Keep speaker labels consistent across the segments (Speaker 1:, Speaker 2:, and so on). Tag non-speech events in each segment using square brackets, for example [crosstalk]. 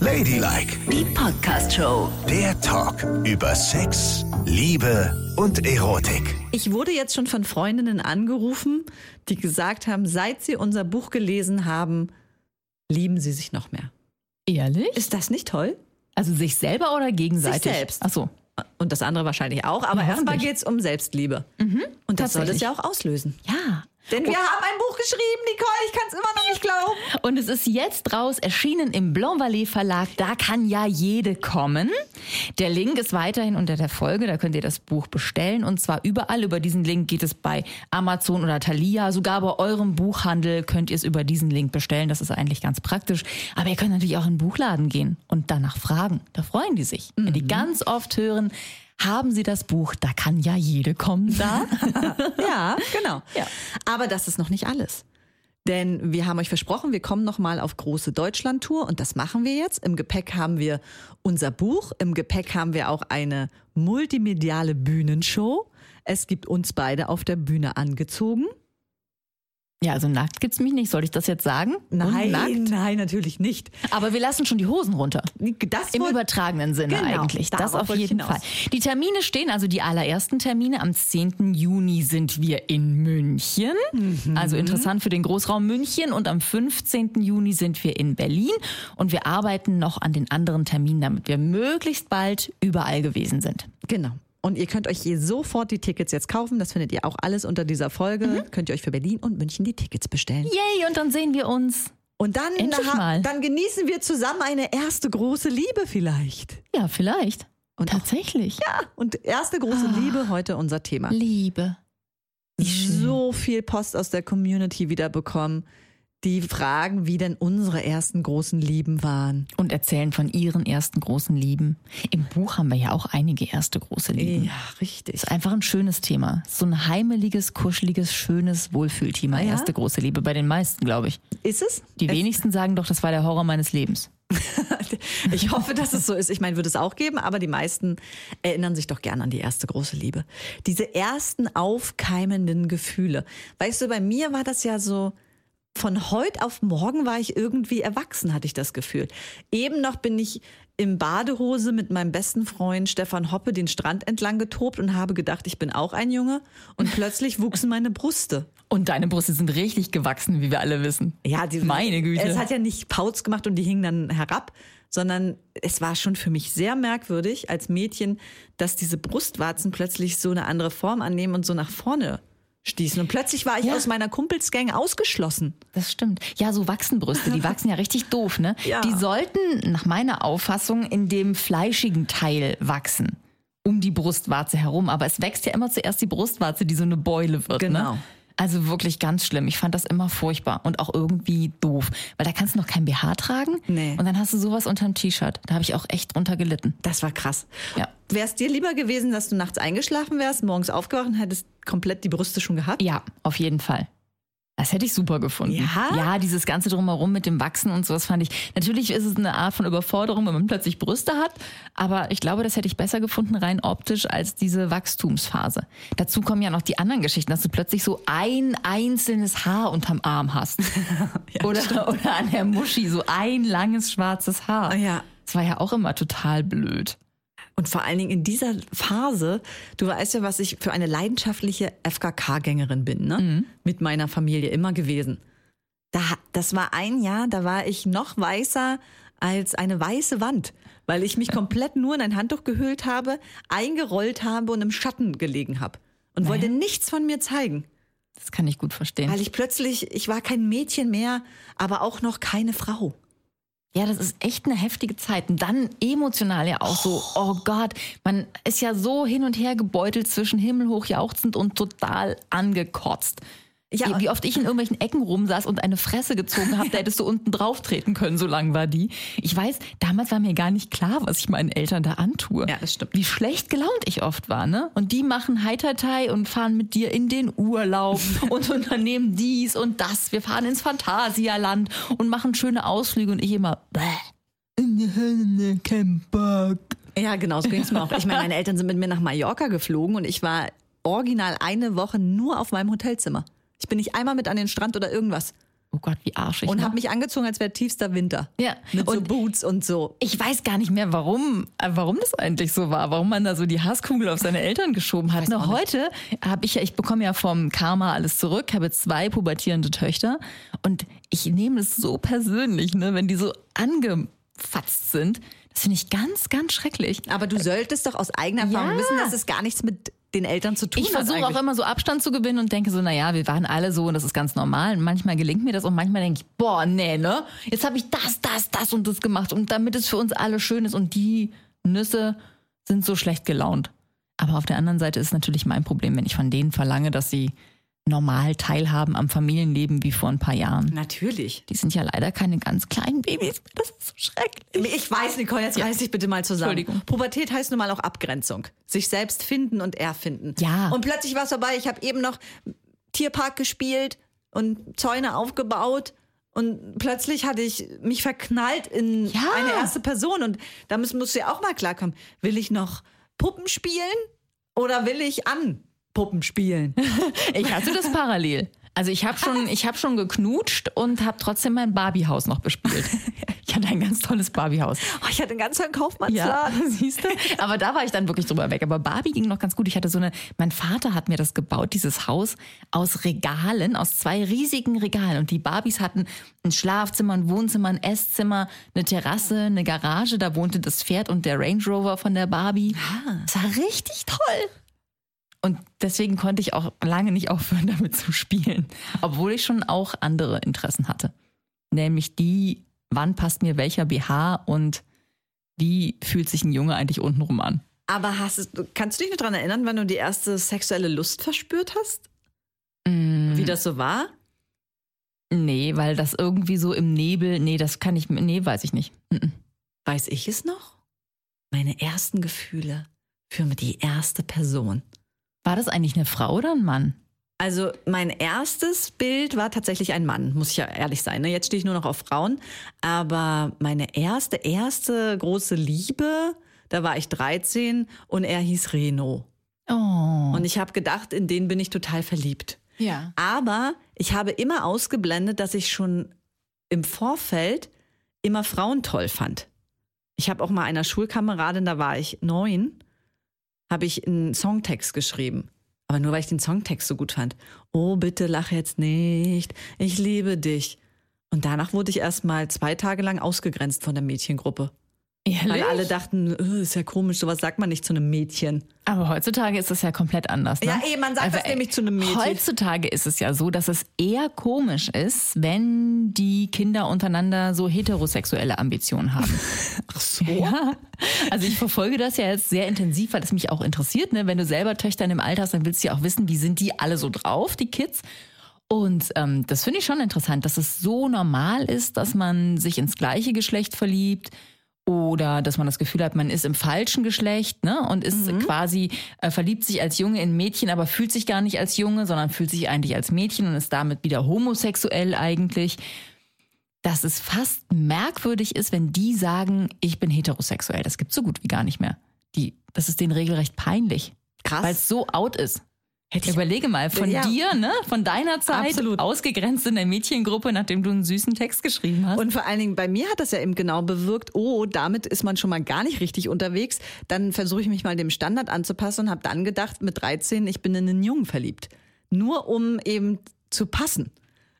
Speaker 1: Ladylike,
Speaker 2: Die Podcast-Show.
Speaker 1: der Talk über Sex, Liebe und Erotik.
Speaker 3: Ich wurde jetzt schon von Freundinnen angerufen, die gesagt haben, seit sie unser Buch gelesen haben, lieben sie sich noch mehr.
Speaker 4: Ehrlich?
Speaker 3: Ist das nicht toll?
Speaker 4: Also sich selber oder gegenseitig?
Speaker 3: Sich selbst.
Speaker 4: Ach so.
Speaker 3: Und das andere wahrscheinlich auch, aber
Speaker 4: Ja,
Speaker 3: erstmal
Speaker 4: hoffentlich.
Speaker 3: geht es um Selbstliebe. Und das soll es
Speaker 4: tatsächlich.
Speaker 3: ja auch auslösen. Oh.
Speaker 4: Ja.
Speaker 3: Mhm, Denn wir haben ein Buch geschrieben, Nicole, ich kann es immer noch nicht glauben.
Speaker 4: Und es ist jetzt raus, erschienen im Blanc Valley Verlag. Da kann ja jede kommen. Der Link ist weiterhin unter der Folge. Da könnt ihr das Buch bestellen. Und zwar überall über diesen Link geht es bei Amazon oder Thalia. Sogar bei eurem Buchhandel könnt ihr es über diesen Link bestellen. Das ist eigentlich ganz praktisch. Aber ihr könnt natürlich auch in den Buchladen gehen und danach fragen. Da freuen die sich. Wenn die ganz oft hören, haben sie das Buch, da kann ja jede kommen [laughs] da.
Speaker 3: Ja, genau.
Speaker 4: [laughs] Ja.
Speaker 3: Aber das ist noch nicht alles. Denn wir haben euch versprochen, wir kommen nochmal auf große Deutschland-Tour und das machen wir jetzt. Im Gepäck haben wir unser Buch, im Gepäck haben wir auch eine multimediale Bühnenshow. Es gibt uns beide auf der Bühne angezogen.
Speaker 4: ja, also nackt gibt's mich nicht. Soll ich das jetzt sagen?
Speaker 3: Nein,
Speaker 4: Nackt?
Speaker 3: nein, natürlich nicht.
Speaker 4: Aber wir lassen schon die Hosen runter.
Speaker 3: Das
Speaker 4: Im
Speaker 3: wohl-
Speaker 4: übertragenen Sinne
Speaker 3: Genau,
Speaker 4: eigentlich. Das
Speaker 3: darauf
Speaker 4: auf
Speaker 3: wollte ich
Speaker 4: jeden
Speaker 3: hinaus.
Speaker 4: Fall. Die Termine stehen, also die allerersten Termine. Am 10. Juni sind wir in München.
Speaker 3: Mhm.
Speaker 4: Also interessant für den Großraum München. Und am 15. Juni sind wir in Berlin. Und wir arbeiten noch an den anderen Terminen, damit wir möglichst bald überall gewesen sind.
Speaker 3: Genau. Und ihr könnt euch hier sofort die Tickets jetzt kaufen. Das findet ihr auch alles unter dieser Folge.
Speaker 4: Mhm.
Speaker 3: Könnt ihr euch für Berlin und München die Tickets bestellen.
Speaker 4: Yay, und dann sehen wir uns.
Speaker 3: Und dann,
Speaker 4: Endlich
Speaker 3: ha-
Speaker 4: mal.
Speaker 3: dann genießen wir zusammen eine erste große Liebe vielleicht.
Speaker 4: Ja, vielleicht.
Speaker 3: Und auch-
Speaker 4: tatsächlich.
Speaker 3: Ja, und erste große
Speaker 4: Ah.
Speaker 3: Liebe heute unser Thema.
Speaker 4: Liebe.
Speaker 3: So viel Post aus der Community wieder bekommen, die fragen, wie denn unsere ersten großen Lieben waren.
Speaker 4: Und erzählen von ihren ersten großen Lieben. Im Buch haben wir ja auch einige erste große Lieben.
Speaker 3: richtig.
Speaker 4: Ist einfach ein schönes Thema. So ein heimeliges, kuscheliges, schönes Wohlfühlthema.
Speaker 3: Ah, ja?
Speaker 4: Erste große Liebe bei den meisten, glaube ich.
Speaker 3: Ist es?
Speaker 4: Die wenigsten sagen doch, das war der Horror meines Lebens.
Speaker 3: [laughs] Ich hoffe, dass es so ist. Ich meine, würde es auch geben, aber die meisten erinnern sich doch gern an die erste große Liebe. Diese ersten aufkeimenden Gefühle. Weißt du, bei mir war das ja so, von heute auf morgen war ich irgendwie erwachsen, hatte ich das Gefühl. Eben noch bin ich im Badehose mit meinem besten Freund Stefan Hoppe den Strand entlang getobt und habe gedacht, ich bin auch ein Junge. Und plötzlich wuchsen meine Brüste.
Speaker 4: Und deine Brüste sind richtig gewachsen, wie wir alle wissen.
Speaker 3: Ja, die,
Speaker 4: Meine Güte.
Speaker 3: Es hat ja nicht Pauz gemacht und die hingen dann herab, sondern es war schon für mich sehr merkwürdig als Mädchen, dass diese Brustwarzen plötzlich so eine andere Form annehmen und so nach vorne stießen. Und plötzlich war ich
Speaker 4: Ja.
Speaker 3: aus meiner Kumpelsgang ausgeschlossen.
Speaker 4: Das stimmt. Ja, so wachsen Brüste, die wachsen ja richtig doof, ne?
Speaker 3: Ja.
Speaker 4: Die sollten nach meiner Auffassung in dem fleischigen Teil wachsen. Um die Brustwarze herum. Aber es wächst ja immer zuerst die Brustwarze, die so eine Beule wird.
Speaker 3: Genau.
Speaker 4: Ne? Also wirklich ganz schlimm. Ich fand das immer furchtbar und auch irgendwie doof. Weil da kannst du noch kein BH tragen.
Speaker 3: Nee.
Speaker 4: Und dann hast du sowas unterm T-Shirt. Da habe ich auch echt drunter gelitten.
Speaker 3: Das war krass.
Speaker 4: Ja.
Speaker 3: Wäre es dir lieber gewesen, dass du nachts eingeschlafen wärst, morgens aufgewacht und hättest komplett die Brüste schon gehabt?
Speaker 4: Ja, auf jeden Fall. Das hätte ich super gefunden.
Speaker 3: Ja?
Speaker 4: ja, dieses ganze Drumherum mit dem Wachsen und sowas fand ich. Natürlich ist es eine Art von Überforderung, wenn man plötzlich Brüste hat. Aber ich glaube, das hätte ich besser gefunden, rein optisch, als diese Wachstumsphase. Dazu kommen ja noch die anderen Geschichten, dass du plötzlich so ein einzelnes Haar unterm
Speaker 3: [laughs]
Speaker 4: Arm hast. oder, oder an der Muschi, so ein langes schwarzes Haar.
Speaker 3: Ja.
Speaker 4: Das war ja auch immer total blöd.
Speaker 3: Und vor allen Dingen in dieser Phase, du weißt ja, was ich für eine leidenschaftliche FKK-Gängerin bin, ne? Mit meiner Familie immer gewesen. Da, das war ein Jahr, da war ich noch weißer als eine weiße Wand, weil ich mich komplett nur in ein Handtuch gehüllt habe, eingerollt habe und im Schatten gelegen habe und wollte nichts von mir zeigen,
Speaker 4: Das kann ich gut verstehen.
Speaker 3: weil ich plötzlich, ich war kein Mädchen mehr, aber auch noch keine Frau.
Speaker 4: Ja, das ist echt eine heftige Zeit. Und dann emotional ja auch so, oh Gott, man ist ja so hin und her gebeutelt zwischen himmelhoch jauchzend und total angekotzt.
Speaker 3: Ja.
Speaker 4: Ja. Wie oft ich in irgendwelchen Ecken rumsaß und eine Fresse gezogen habe, da hättest du unten drauf treten können, so lang war die. Ich weiß, damals war mir gar nicht klar, was ich meinen Eltern da antue.
Speaker 3: Ja, das stimmt.
Speaker 4: Wie schlecht gelaunt ich oft war, ne? Und die machen Heitertei und fahren mit dir in den
Speaker 3: [laughs]
Speaker 4: Urlaub und unternehmen dies und das. Wir fahren ins Phantasialand und machen schöne Ausflüge und ich immer, bäh. In die Hölle, kein Bock.
Speaker 3: Ja, genau, so ging es mir auch. Ich meine, meine Eltern sind mit mir nach Mallorca geflogen und ich war original eine Woche nur auf meinem Hotelzimmer. Ich bin nicht einmal mit an den Strand oder irgendwas.
Speaker 4: Oh Gott, wie arschig.
Speaker 3: Und
Speaker 4: ne?
Speaker 3: habe mich angezogen, als wäre tiefster Winter.
Speaker 4: Ja.
Speaker 3: Mit so
Speaker 4: Und-
Speaker 3: Boots und so.
Speaker 4: ich weiß gar nicht mehr, warum, äh, warum das eigentlich so war, warum man da so die Hasskugel auf seine Eltern geschoben hat. Noch heute habe ich ja, ich bekomme ja vom Karma alles zurück, habe zwei pubertierende Töchter und ich nehme es so persönlich, ne, wenn die so angefatzt sind. Das finde ich ganz, ganz schrecklich.
Speaker 3: Aber du solltest doch aus eigener Erfahrung
Speaker 4: Ja.
Speaker 3: wissen, dass es gar nichts mit den Eltern zu tun
Speaker 4: Ich
Speaker 3: hat.
Speaker 4: versuche auch
Speaker 3: eigentlich.
Speaker 4: immer so Abstand zu gewinnen und denke so, naja, wir waren alle so und das ist ganz normal. Und manchmal gelingt mir das und manchmal denke ich, boah, nee, ne? Jetzt habe ich das, das, das und das gemacht und damit es für uns alle schön ist und die Nüsse sind so schlecht gelaunt. Aber auf der anderen Seite ist natürlich mein Problem, wenn ich von denen verlange, dass sie normal teilhaben am Familienleben wie vor ein paar Jahren.
Speaker 3: Natürlich.
Speaker 4: Die sind ja leider keine ganz kleinen Babys. Das ist so schrecklich.
Speaker 3: Ich weiß, Nicole, jetzt reiß dich bitte mal zusammen.
Speaker 4: Entschuldigung.
Speaker 3: Pubertät heißt nun mal auch Abgrenzung. Sich selbst finden und erfinden.
Speaker 4: Ja.
Speaker 3: Und plötzlich war es vorbei. Ich habe eben noch Tierpark gespielt und Zäune aufgebaut. Und plötzlich hatte ich mich verknallt in
Speaker 4: Ja.
Speaker 3: eine erste Person. Und da muss- musst du ja auch mal klarkommen. Will ich noch Puppen spielen oder will ich an Puppen
Speaker 4: [laughs]
Speaker 3: spielen?
Speaker 4: Ich hatte das parallel. Also ich habe schon, ich hab schon geknutscht und habe trotzdem mein Barbiehaus noch bespielt. Ich hatte ein ganz tolles Barbiehaus.
Speaker 3: Oh, ich hatte einen ganz tollen Kaufmannsladen.
Speaker 4: Ja, [laughs] siehst du? Aber da war ich dann wirklich drüber weg. Aber Barbie ging noch ganz gut. Ich hatte so eine, mein Vater hat mir das gebaut, dieses Haus aus Regalen, aus zwei riesigen Regalen. Und die Barbies hatten ein Schlafzimmer, ein Wohnzimmer, ein Esszimmer, eine Terrasse, eine Garage. Da wohnte das Pferd und der Range Rover von der Barbie. Das war richtig toll. Und deswegen konnte ich auch lange nicht aufhören, [laughs] damit zu spielen. Obwohl ich schon auch andere Interessen hatte. Nämlich die, wann passt mir welcher BH und wie fühlt sich ein Junge eigentlich untenrum an?
Speaker 3: Aber hast du, kannst du dich noch daran erinnern, wann du die erste sexuelle Lust verspürt hast?
Speaker 4: Mhm.
Speaker 3: Wie das so war?
Speaker 4: Mm. Nee, weil das irgendwie so im Nebel, nee, das kann ich, nee, weiß ich nicht. Mhm.
Speaker 3: Weiß ich es noch? Meine ersten Gefühle für die erste Person.
Speaker 4: War das eigentlich eine Frau oder ein Mann?
Speaker 3: Also mein erstes Bild war tatsächlich ein Mann, muss ich ja ehrlich sein. Ne? Jetzt stehe ich nur noch auf Frauen. Aber meine erste, erste große Liebe, da war ich 13 und er hieß Reno.
Speaker 4: Oh.
Speaker 3: Und ich habe gedacht, in den bin ich total verliebt.
Speaker 4: Ja.
Speaker 3: Aber ich habe immer ausgeblendet, dass ich schon im Vorfeld immer Frauen toll fand. Ich habe auch mal einer Schulkameradin, da war ich neun, habe ich einen Songtext geschrieben. Aber nur weil ich den Songtext so gut fand. Oh, bitte lach jetzt nicht. Ich liebe dich. Und danach wurde ich erst mal zwei Tage lang ausgegrenzt von der Mädchengruppe. Weil
Speaker 4: Ehrlich?
Speaker 3: alle dachten, "Äh, ist ja komisch, sowas sagt man nicht zu einem Mädchen.
Speaker 4: Aber heutzutage ist das ja komplett anders. Ne?
Speaker 3: Ja, eben, man sagt
Speaker 4: Also,
Speaker 3: das
Speaker 4: äh,
Speaker 3: nämlich zu einem Mädchen.
Speaker 4: Heutzutage ist es ja so, dass es eher komisch ist, wenn die Kinder untereinander so heterosexuelle Ambitionen haben.
Speaker 3: [laughs] Ach so.
Speaker 4: Ja, also ich verfolge das ja jetzt sehr intensiv, weil das mich auch interessiert. Ne? Wenn du selber Töchter in dem Alter hast, dann willst du ja auch wissen, wie sind die alle so drauf, die Kids. Und ähm, das finde ich schon interessant, dass es so normal ist, dass man sich ins gleiche Geschlecht verliebt oder dass man das Gefühl hat, man ist im falschen Geschlecht ne? und ist quasi äh, verliebt sich als Junge in Mädchen, aber fühlt sich gar nicht als Junge, sondern fühlt sich eigentlich als Mädchen und ist damit wieder homosexuell eigentlich dass es fast merkwürdig ist, wenn die sagen, ich bin heterosexuell. Das gibt's so gut wie gar nicht mehr. Die, das ist denen regelrecht peinlich, weil
Speaker 3: Krass.
Speaker 4: es so out ist.
Speaker 3: Hätte ich
Speaker 4: Überlege mal, von
Speaker 3: Ja.
Speaker 4: dir, ne? von deiner Zeit,
Speaker 3: Absolut.
Speaker 4: ausgegrenzt in der Mädchengruppe, nachdem du einen süßen Text geschrieben hast.
Speaker 3: Und vor allen Dingen bei mir hat das ja eben genau bewirkt, oh, damit ist man schon mal gar nicht richtig unterwegs. Dann versuche ich mich mal dem Standard anzupassen und habe dann gedacht, mit 13, ich bin in einen Jungen verliebt. Nur um eben zu passen.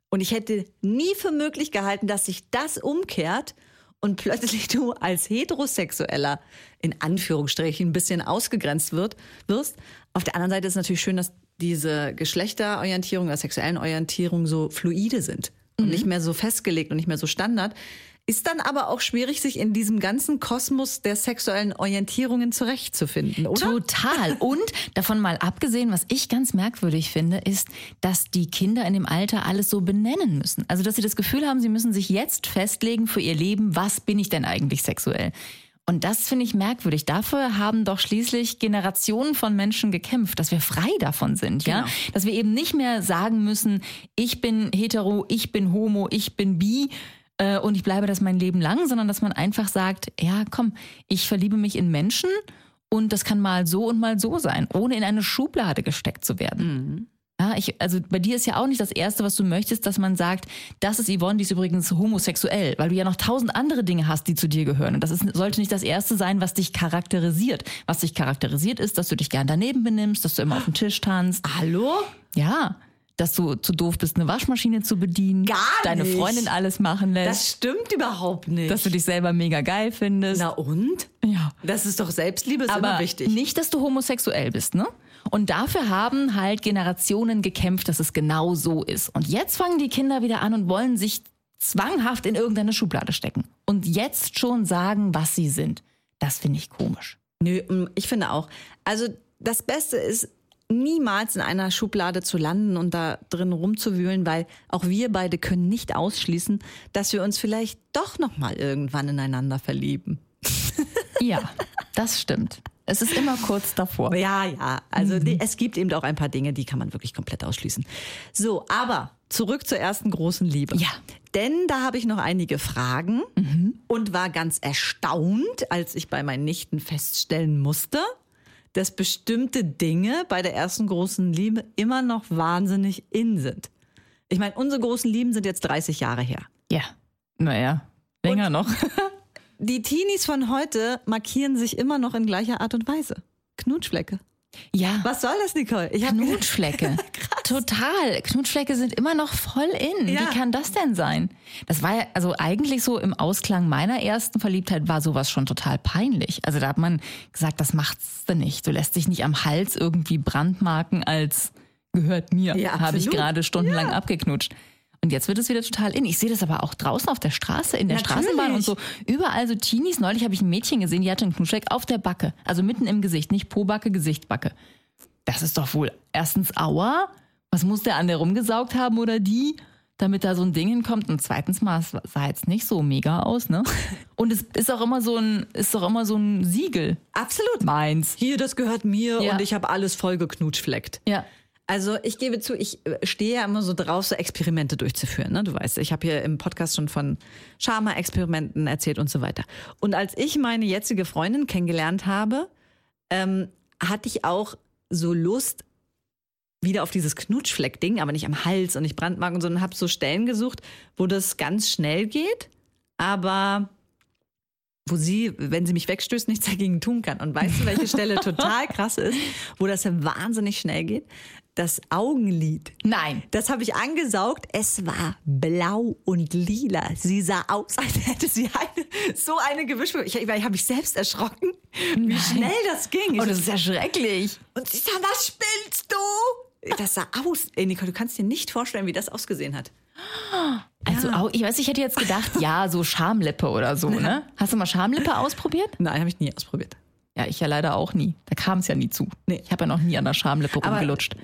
Speaker 3: Und ich hätte nie für möglich gehalten, dass sich das umkehrt und plötzlich du als Heterosexueller in Anführungsstrichen ein bisschen ausgegrenzt wird, wirst. Auf der anderen Seite ist es natürlich schön, dass diese Geschlechterorientierung oder sexuellen Orientierung so fluide sind und nicht mehr so festgelegt und nicht mehr so Standard. Ist dann aber auch schwierig, sich in diesem ganzen Kosmos der sexuellen Orientierungen zurechtzufinden, oder? [laughs]
Speaker 4: Total. Und davon mal abgesehen, was ich ganz merkwürdig finde, ist, dass die Kinder in dem Alter alles so benennen müssen. Also, dass sie das Gefühl haben, sie müssen sich jetzt festlegen für ihr Leben, was bin ich denn eigentlich sexuell? Und das finde ich merkwürdig. Dafür haben doch schließlich Generationen von Menschen gekämpft, dass wir frei davon sind, ja?
Speaker 3: Genau.
Speaker 4: Dass wir eben nicht mehr sagen müssen, ich bin hetero, ich bin homo, ich bin bi äh, und ich bleibe das mein Leben lang, sondern dass man einfach sagt, ja, komm, ich verliebe mich in Menschen und das kann mal so und mal so sein, ohne in eine Schublade gesteckt zu werden. Ja, ich, also bei dir ist ja auch nicht das Erste, was du möchtest, dass man sagt, das ist Yvonne, die ist übrigens homosexuell, weil du ja noch tausend andere Dinge hast, die zu dir gehören. Und das ist, sollte nicht das Erste sein, was dich charakterisiert. Was dich charakterisiert ist, dass du dich gern daneben benimmst, dass du immer auf den Tisch tanzt.
Speaker 3: Hallo?
Speaker 4: Ja. Dass du zu doof bist, eine Waschmaschine zu bedienen,
Speaker 3: Gar
Speaker 4: deine
Speaker 3: nicht.
Speaker 4: Freundin alles machen lässt,
Speaker 3: Das stimmt überhaupt nicht.
Speaker 4: dass du dich selber mega geil findest.
Speaker 3: Na und?
Speaker 4: Ja.
Speaker 3: Das ist doch Selbstliebe, ist
Speaker 4: aber
Speaker 3: immer wichtig.
Speaker 4: nicht, dass du homosexuell bist, ne? Und dafür haben halt Generationen gekämpft, dass es genau so ist. Und jetzt fangen die Kinder wieder an und wollen sich zwanghaft in irgendeine Schublade stecken. Und jetzt schon sagen, was sie sind. Das finde ich komisch.
Speaker 3: Nö, mm, ich finde auch. Also das Beste ist, niemals in einer Schublade zu landen und da drin rumzuwühlen, weil auch wir beide können nicht ausschließen, dass wir uns vielleicht doch noch mal irgendwann ineinander verlieben.
Speaker 4: Ja, das stimmt. Es ist immer kurz davor.
Speaker 3: Ja, ja. Also
Speaker 4: Mhm.
Speaker 3: die, es gibt eben auch ein paar Dinge, die kann man wirklich komplett ausschließen. So, aber zurück zur ersten großen Liebe.
Speaker 4: Ja. Mhm.
Speaker 3: Denn da habe ich noch einige Fragen und war ganz erstaunt, als ich bei meinen Nichten feststellen musste, dass bestimmte Dinge bei der ersten großen Liebe immer noch wahnsinnig in sind. Ich meine, unsere großen Lieben sind jetzt 30 Jahre her.
Speaker 4: Ja. Naja,
Speaker 3: [laughs]
Speaker 4: länger noch.
Speaker 3: Die Teenies von heute markieren sich immer noch in gleicher Art und Weise. Knutschflecke.
Speaker 4: Ja.
Speaker 3: Was soll das, Nicole? Ich hab- [laughs]
Speaker 4: Knutschflecke. Total. Knutschflecke sind immer noch voll in.
Speaker 3: Ja.
Speaker 4: Wie kann das denn sein? Das war ja, also eigentlich so im Ausklang meiner ersten Verliebtheit war sowas schon total peinlich. Also da hat man gesagt, das macht's denn nicht. Du lässt dich nicht am Hals irgendwie brandmarken als gehört mir.
Speaker 3: Ja,
Speaker 4: Habe ich
Speaker 3: absolut.
Speaker 4: gerade stundenlang abgeknutscht. Und jetzt wird es wieder total in. Ich sehe das aber auch draußen auf der Straße, in der
Speaker 3: Natürlich.
Speaker 4: Straßenbahn und so. Überall so Teenies. Neulich habe ich ein Mädchen gesehen, die hatte einen Knutschfleck auf der Backe. Also mitten im Gesicht. Nicht Pobacke, Gesichtbacke. Das ist doch wohl erstens Aua. Was muss der andere rumgesaugt haben oder die, damit da so ein Ding hinkommt? Und zweitens mal, es sah jetzt nicht so mega
Speaker 3: [laughs]
Speaker 4: aus, ne? Und es ist auch immer so ein, ist doch immer so ein Siegel.
Speaker 3: Absolut.
Speaker 4: Meins.
Speaker 3: hier, das gehört mir
Speaker 4: Ja.
Speaker 3: und ich habe alles voll geknutschfleckt.
Speaker 4: Ja.
Speaker 3: Also ich gebe zu, ich äh, stehe ja immer so drauf, so Experimente durchzuführen. Ne? Du weißt, ich habe hier im Podcast schon von Schama-Experimenten erzählt und so weiter. Und als ich meine jetzige Freundin kennengelernt habe, ähm, hatte ich auch so Lust wieder auf dieses Knutschfleck-Ding, aber nicht am Hals und nicht Brandmarken, sondern habe so Stellen gesucht, wo das ganz schnell geht, aber wo sie, wenn sie mich wegstößt, nichts dagegen tun kann. Und weißt du, welche Stelle total krass ist, wo das wahnsinnig schnell geht? Das Augenlid.
Speaker 4: Nein.
Speaker 3: Das habe ich angesaugt. Es war blau und lila. Sie sah aus, als hätte sie eine, so eine Gewischung. Ich, ich habe mich selbst erschrocken, wie schnell das ging.
Speaker 4: Oh, das ist ja schrecklich.
Speaker 3: Und sie sagt, was spielst du? Das sah aus. Ey, Nicole, du kannst dir nicht vorstellen, wie das ausgesehen hat.
Speaker 4: Also, au- ich weiß, ich hätte jetzt gedacht, ja, so Schamlippe oder so, ne? Hast du mal Schamlippe ausprobiert?
Speaker 3: Nein, habe ich nie ausprobiert.
Speaker 4: Ja, ich ja leider auch nie. Da kam es ja nie zu.
Speaker 3: Nee.
Speaker 4: Ich habe ja noch nie an der Schamlippe
Speaker 3: Aber-
Speaker 4: rumgelutscht.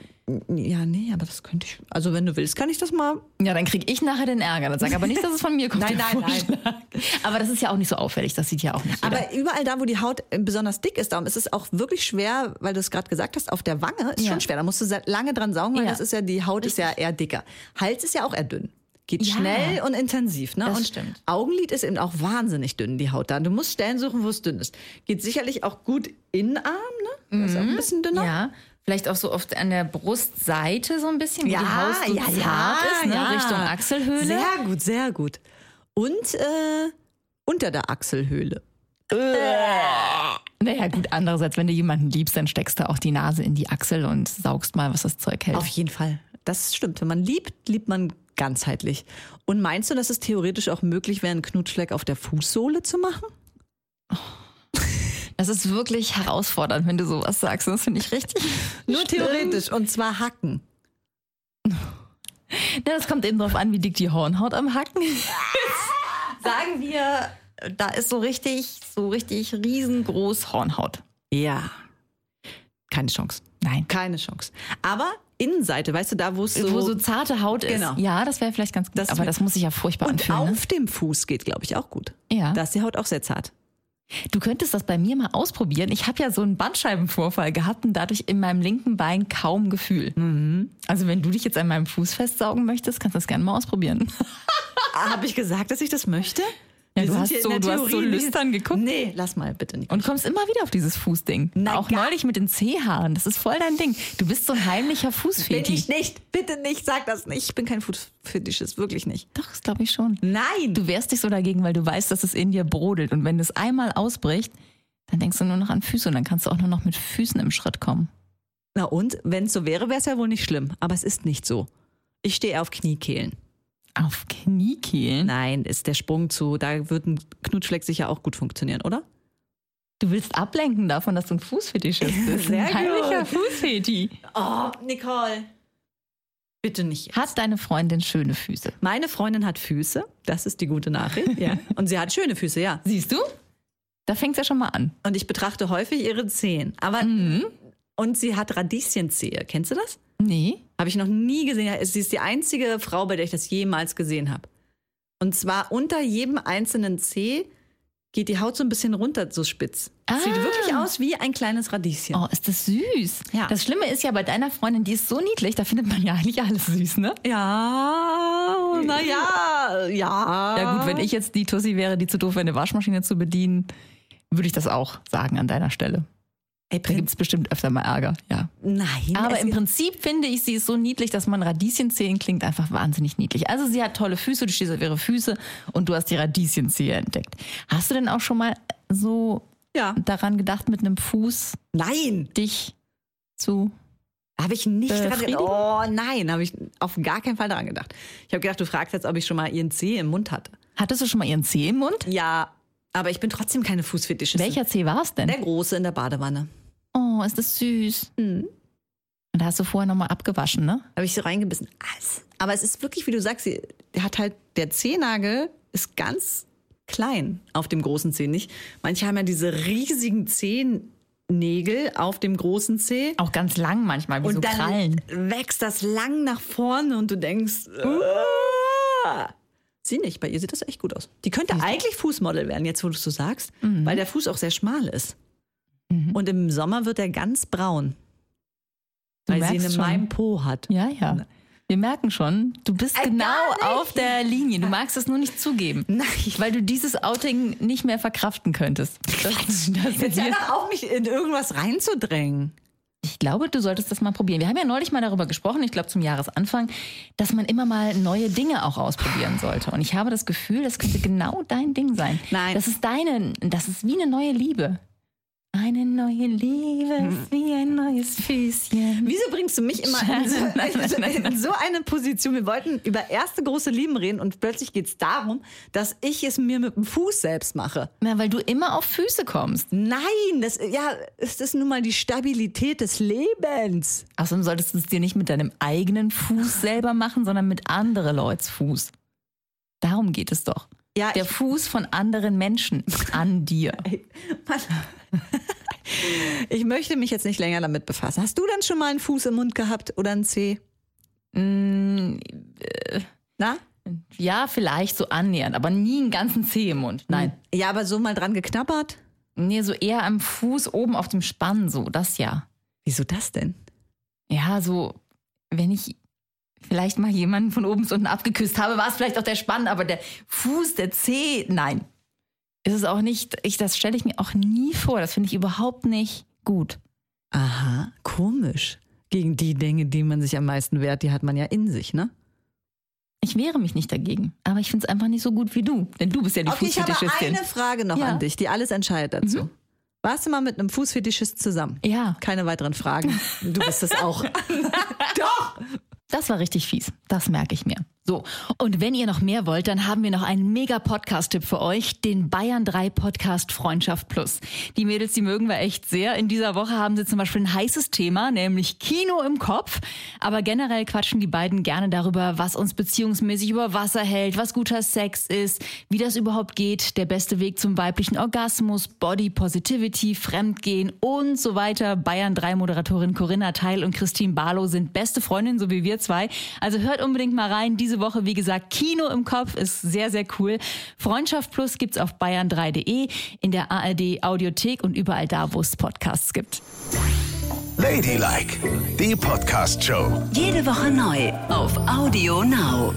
Speaker 3: Ja, nee, aber das könnte ich. Also, wenn du willst, kann ich das mal.
Speaker 4: Ja, dann krieg ich nachher den Ärger. Dann sag aber nicht, dass es von mir
Speaker 3: [laughs]
Speaker 4: kommt.
Speaker 3: Nein,
Speaker 4: der
Speaker 3: nein, nein.
Speaker 4: Vorschlag. Aber das ist ja auch nicht so auffällig. Das sieht ja auch nicht jeder.
Speaker 3: Aber überall da, wo die Haut äh, besonders dick ist, darum ist es auch wirklich schwer, weil du es gerade gesagt hast, auf der Wange ist
Speaker 4: Ja.
Speaker 3: schon schwer. Da musst du sehr lange dran saugen, weil
Speaker 4: Ja.
Speaker 3: das ist ja, die Haut ist ja eher dicker. Hals ist ja auch eher dünn. Geht
Speaker 4: Ja.
Speaker 3: schnell und intensiv. Ne?
Speaker 4: Das
Speaker 3: und
Speaker 4: stimmt.
Speaker 3: Augenlid ist eben auch wahnsinnig dünn, die Haut da. Du musst Stellen suchen, wo es dünn ist. Geht sicherlich auch gut Innenarm, ne? Das ist auch ein bisschen dünner.
Speaker 4: Mhm. Ja, vielleicht auch so oft an der Brustseite so ein bisschen, wo
Speaker 3: Ja,
Speaker 4: die Haut so
Speaker 3: ja,
Speaker 4: zart
Speaker 3: ja,
Speaker 4: ist, ne?
Speaker 3: ja.
Speaker 4: Richtung Achselhöhle.
Speaker 3: Sehr gut, sehr gut. Und äh, unter der Achselhöhle.
Speaker 4: naja, gut, andererseits, wenn du jemanden liebst, dann steckst du auch die Nase in die Achsel und saugst mal, was das Zeug hält.
Speaker 3: Auf jeden Fall. Das stimmt. Wenn man liebt, liebt man ganzheitlich. Und meinst du, dass es theoretisch auch möglich wäre, einen Knutschfleck auf der Fußsohle zu machen?
Speaker 4: Das ist wirklich herausfordernd, wenn du sowas sagst. Das finde ich [laughs] richtig.
Speaker 3: Nur
Speaker 4: schlimm.
Speaker 3: theoretisch. Und zwar hacken.
Speaker 4: Ja, das kommt eben drauf an, wie dick die Hornhaut am Hacken ist. [laughs] Sagen wir, da ist so richtig, so richtig riesengroß Hornhaut.
Speaker 3: Ja. Keine Chance.
Speaker 4: Nein.
Speaker 3: Keine Chance. Aber Innenseite, weißt du, da wo es so...
Speaker 4: Wo so zarte Haut ist.
Speaker 3: Genau.
Speaker 4: Ja, das wäre vielleicht ganz gut.
Speaker 3: Das-
Speaker 4: aber das muss sich ja furchtbar
Speaker 3: und
Speaker 4: anfühlen. Ne?
Speaker 3: auf dem Fuß geht, glaube ich, auch gut.
Speaker 4: Ja.
Speaker 3: Da ist die Haut auch sehr zart.
Speaker 4: Du könntest das bei mir mal ausprobieren. Ich habe ja so einen Bandscheibenvorfall gehabt und dadurch in meinem linken Bein kaum Gefühl. Also wenn du dich jetzt an meinem Fuß festsaugen möchtest, kannst du das gerne mal ausprobieren.
Speaker 3: Habe ich gesagt, dass ich das möchte?
Speaker 4: Ja,
Speaker 3: Wir
Speaker 4: du
Speaker 3: sind
Speaker 4: hast
Speaker 3: hier in
Speaker 4: so-
Speaker 3: der
Speaker 4: du hast so
Speaker 3: Theorie nicht-
Speaker 4: lüstern geguckt.
Speaker 3: Nee, lass mal bitte nicht.
Speaker 4: Und kommst immer wieder auf dieses Fußding.
Speaker 3: Na,
Speaker 4: Auch
Speaker 3: gar-
Speaker 4: neulich mit den CH. Das ist voll dein Ding. Du bist so ein heimlicher
Speaker 3: Bin
Speaker 4: Fußfeti.
Speaker 3: ich nicht. Bitte nicht, sag das nicht. Ich bin kein Food-Fetischist, wirklich nicht.
Speaker 4: Doch, das glaube ich schon.
Speaker 3: Nein!
Speaker 4: Du wehrst dich so dagegen, weil du weißt, dass es in dir brodelt. Und wenn das einmal ausbricht, dann denkst du nur noch an Füße und dann kannst du auch nur noch mit Füßen im Schritt kommen.
Speaker 3: Na und, wenn es so wäre, wäre es ja wohl nicht schlimm. Aber es ist nicht so. Ich stehe eher auf Kniekehlen.
Speaker 4: Auf Kniekehlen?
Speaker 3: Nein, ist der Sprung zu, da wird ein Knutschfleck sicher auch gut funktionieren, oder?
Speaker 4: Du willst ablenken davon, dass du
Speaker 3: [laughs]
Speaker 4: ein Fußfetischist bist.
Speaker 3: Sehr
Speaker 4: ein heimlicher
Speaker 3: gut.
Speaker 4: Fußfeti.
Speaker 3: Oh, Nicole. Bitte nicht.
Speaker 4: Hat deine Freundin schöne Füße?
Speaker 3: Meine Freundin hat Füße, das ist die gute Nachricht. [laughs] Ja. Und sie hat schöne Füße, ja.
Speaker 4: Siehst du? Da fängt es ja schon mal an. Mhm.
Speaker 3: Und ich betrachte häufig ihre Zehen. Aber und sie hat Radieschenzehe. Kennst du das?
Speaker 4: Nee.
Speaker 3: Habe ich noch nie gesehen. Sie ist die einzige Frau, bei der ich das jemals gesehen habe. Und zwar unter jedem einzelnen Zeh geht die Haut so ein bisschen runter, so spitz. Sieht
Speaker 4: Ah.
Speaker 3: wirklich aus wie ein kleines Radieschen.
Speaker 4: Oh, ist das süß.
Speaker 3: Ja.
Speaker 4: Das Schlimme ist ja bei deiner Freundin, die ist so niedlich, da findet man ja eigentlich alles süß, ne?
Speaker 3: Ja, naja, ja.
Speaker 4: Ja gut, wenn ich jetzt die Tussi wäre, die zu doof wäre, eine Waschmaschine zu bedienen, würde ich das auch sagen an deiner Stelle.
Speaker 3: Ey,
Speaker 4: Da
Speaker 3: Prin-
Speaker 4: gibt es bestimmt öfter mal Ärger, ja.
Speaker 3: Nein,
Speaker 4: Aber
Speaker 3: es-
Speaker 4: im Prinzip finde ich, sie ist so niedlich, dass man Radieschenzehen klingt einfach wahnsinnig niedlich. Also sie hat tolle Füße, du stehst auf ihre Füße und du hast die Radieschenzehe entdeckt. Hast du denn auch schon mal so
Speaker 3: ja.
Speaker 4: daran gedacht, mit einem Fuß
Speaker 3: Nein.
Speaker 4: dich zu...
Speaker 3: Habe ich nicht dran
Speaker 4: Befriedigen?
Speaker 3: gedacht. Oh nein, habe ich auf gar keinen Fall daran gedacht. Ich habe gedacht, du fragst jetzt, ob ich schon mal ihren Zeh im Mund hatte.
Speaker 4: Hattest du schon mal ihren Zeh im Mund?
Speaker 3: Ja, aber ich bin trotzdem keine Fußfetischistin.
Speaker 4: Welcher Zeh war es denn?
Speaker 3: Der große in der Badewanne.
Speaker 4: Oh, ist das süß.
Speaker 3: Mhm.
Speaker 4: Und da hast du vorher nochmal abgewaschen, ne?
Speaker 3: Habe ich so reingebissen. Ass. Aber es ist wirklich, wie du sagst, sie der hat halt der Zehnagel ist ganz klein auf dem großen Zeh nicht. Manche haben ja diese riesigen Zehennägel auf dem großen Zeh.
Speaker 4: Auch ganz lang manchmal, wie so
Speaker 3: Und dann
Speaker 4: Krallen.
Speaker 3: wächst das lang nach vorne und du denkst, "Ah." sie nicht, bei ihr sieht das echt gut aus. Die könnte eigentlich Fußmodel werden, jetzt wo du es so sagst,
Speaker 4: Mhm.
Speaker 3: weil der Fuß auch sehr schmal ist. Und im Sommer wird er ganz braun,
Speaker 4: Du
Speaker 3: weil sie
Speaker 4: merkst
Speaker 3: einen
Speaker 4: schon.
Speaker 3: Maimpo hat.
Speaker 4: Ja, ja. Wir merken schon, du bist
Speaker 3: Äh,
Speaker 4: genau
Speaker 3: gar nicht.
Speaker 4: auf der Linie. Du magst es nur nicht zugeben.
Speaker 3: Nein.
Speaker 4: Weil du dieses Outing nicht mehr verkraften könntest. Das, das
Speaker 3: Jetzt hör doch auf, mich in irgendwas reinzudrängen.
Speaker 4: ich glaube, du solltest das mal probieren. Wir haben ja neulich mal darüber gesprochen, ich glaube zum Jahresanfang, dass man immer mal neue Dinge auch ausprobieren sollte. Und ich habe das Gefühl, das könnte genau dein Ding sein.
Speaker 3: Nein.
Speaker 4: Das ist deine, das ist wie eine neue Liebe. Eine neue Liebe ist wie ein neues Füßchen.
Speaker 3: Wieso bringst du mich immer in so,
Speaker 4: Nein, nein, nein,
Speaker 3: in so eine Position? Wir wollten über erste große Lieben reden und plötzlich geht es darum, dass ich es mir mit dem Fuß selbst mache.
Speaker 4: Na, weil du immer auf Füße kommst.
Speaker 3: Nein, das, ja, es ist nun mal die Stabilität des Lebens.
Speaker 4: Außerdem solltest du es dir nicht mit deinem eigenen Fuß selber machen, sondern mit anderen Leuts Fuß. Darum geht es doch.
Speaker 3: Ja,
Speaker 4: Der
Speaker 3: ich-
Speaker 4: Fuß von anderen Menschen ist an dir.
Speaker 3: Mann. [laughs] Ich möchte mich jetzt nicht länger damit befassen. Hast du denn schon mal einen Fuß im Mund gehabt oder einen Zeh?
Speaker 4: Hm,
Speaker 3: Na?
Speaker 4: Ja, vielleicht so annähernd, aber nie einen ganzen Zeh im Mund.
Speaker 3: Mhm.
Speaker 4: Nein.
Speaker 3: Ja, aber so mal dran geknabbert?
Speaker 4: Nee, so eher am Fuß oben auf dem Spann, so, das ja.
Speaker 3: Wieso das denn?
Speaker 4: Ja, so, wenn ich vielleicht mal jemanden von oben bis unten abgeküsst habe, war es vielleicht auch der Spann, aber der Fuß, der Zeh, nein. Ist es auch nicht, ich, das stelle ich mir auch nie vor. Das finde ich überhaupt nicht gut.
Speaker 3: Aha, komisch. Gegen die Dinge, die man sich am meisten wehrt, die hat man ja in sich, ne?
Speaker 4: Ich wehre mich nicht dagegen, aber ich finde es einfach nicht so gut wie du, denn du bist ja die
Speaker 3: Okay, ich habe
Speaker 4: Fußfetischistin.
Speaker 3: eine Frage noch
Speaker 4: Ja.
Speaker 3: an dich, die alles entscheidet dazu. Warst du mal mit einem Fußfetischisten zusammen?
Speaker 4: Ja,
Speaker 3: Keine weiteren Fragen. Du bist es [laughs] auch.
Speaker 4: das war richtig fies. Das merke ich mir. So, und wenn ihr noch mehr wollt, dann haben wir noch einen mega Podcast-Tipp für euch, den Bayern 3 Podcast Freundschaft Plus. Die Mädels, die mögen wir echt sehr. In dieser Woche haben sie zum Beispiel ein heißes Thema, nämlich Kino im Kopf. Aber generell quatschen die beiden gerne darüber, was uns beziehungsmäßig über Wasser hält, was guter Sex ist, wie das überhaupt geht, der beste Weg zum weiblichen Orgasmus, Body Positivity, Fremdgehen und so weiter. Bayern 3 Moderatorin Corinna Teil und Christine Barlow sind beste Freundinnen, so wie wir zwei. Also hört unbedingt mal rein. Diese Woche, wie gesagt, Kino im Kopf ist sehr, sehr cool. Freundschaft Plus gibt's auf bayern3.de, in der ARD Audiothek und überall da, wo es Podcasts gibt.
Speaker 1: Ladylike, die Podcast-Show.
Speaker 2: Jede Woche neu auf Audio Now.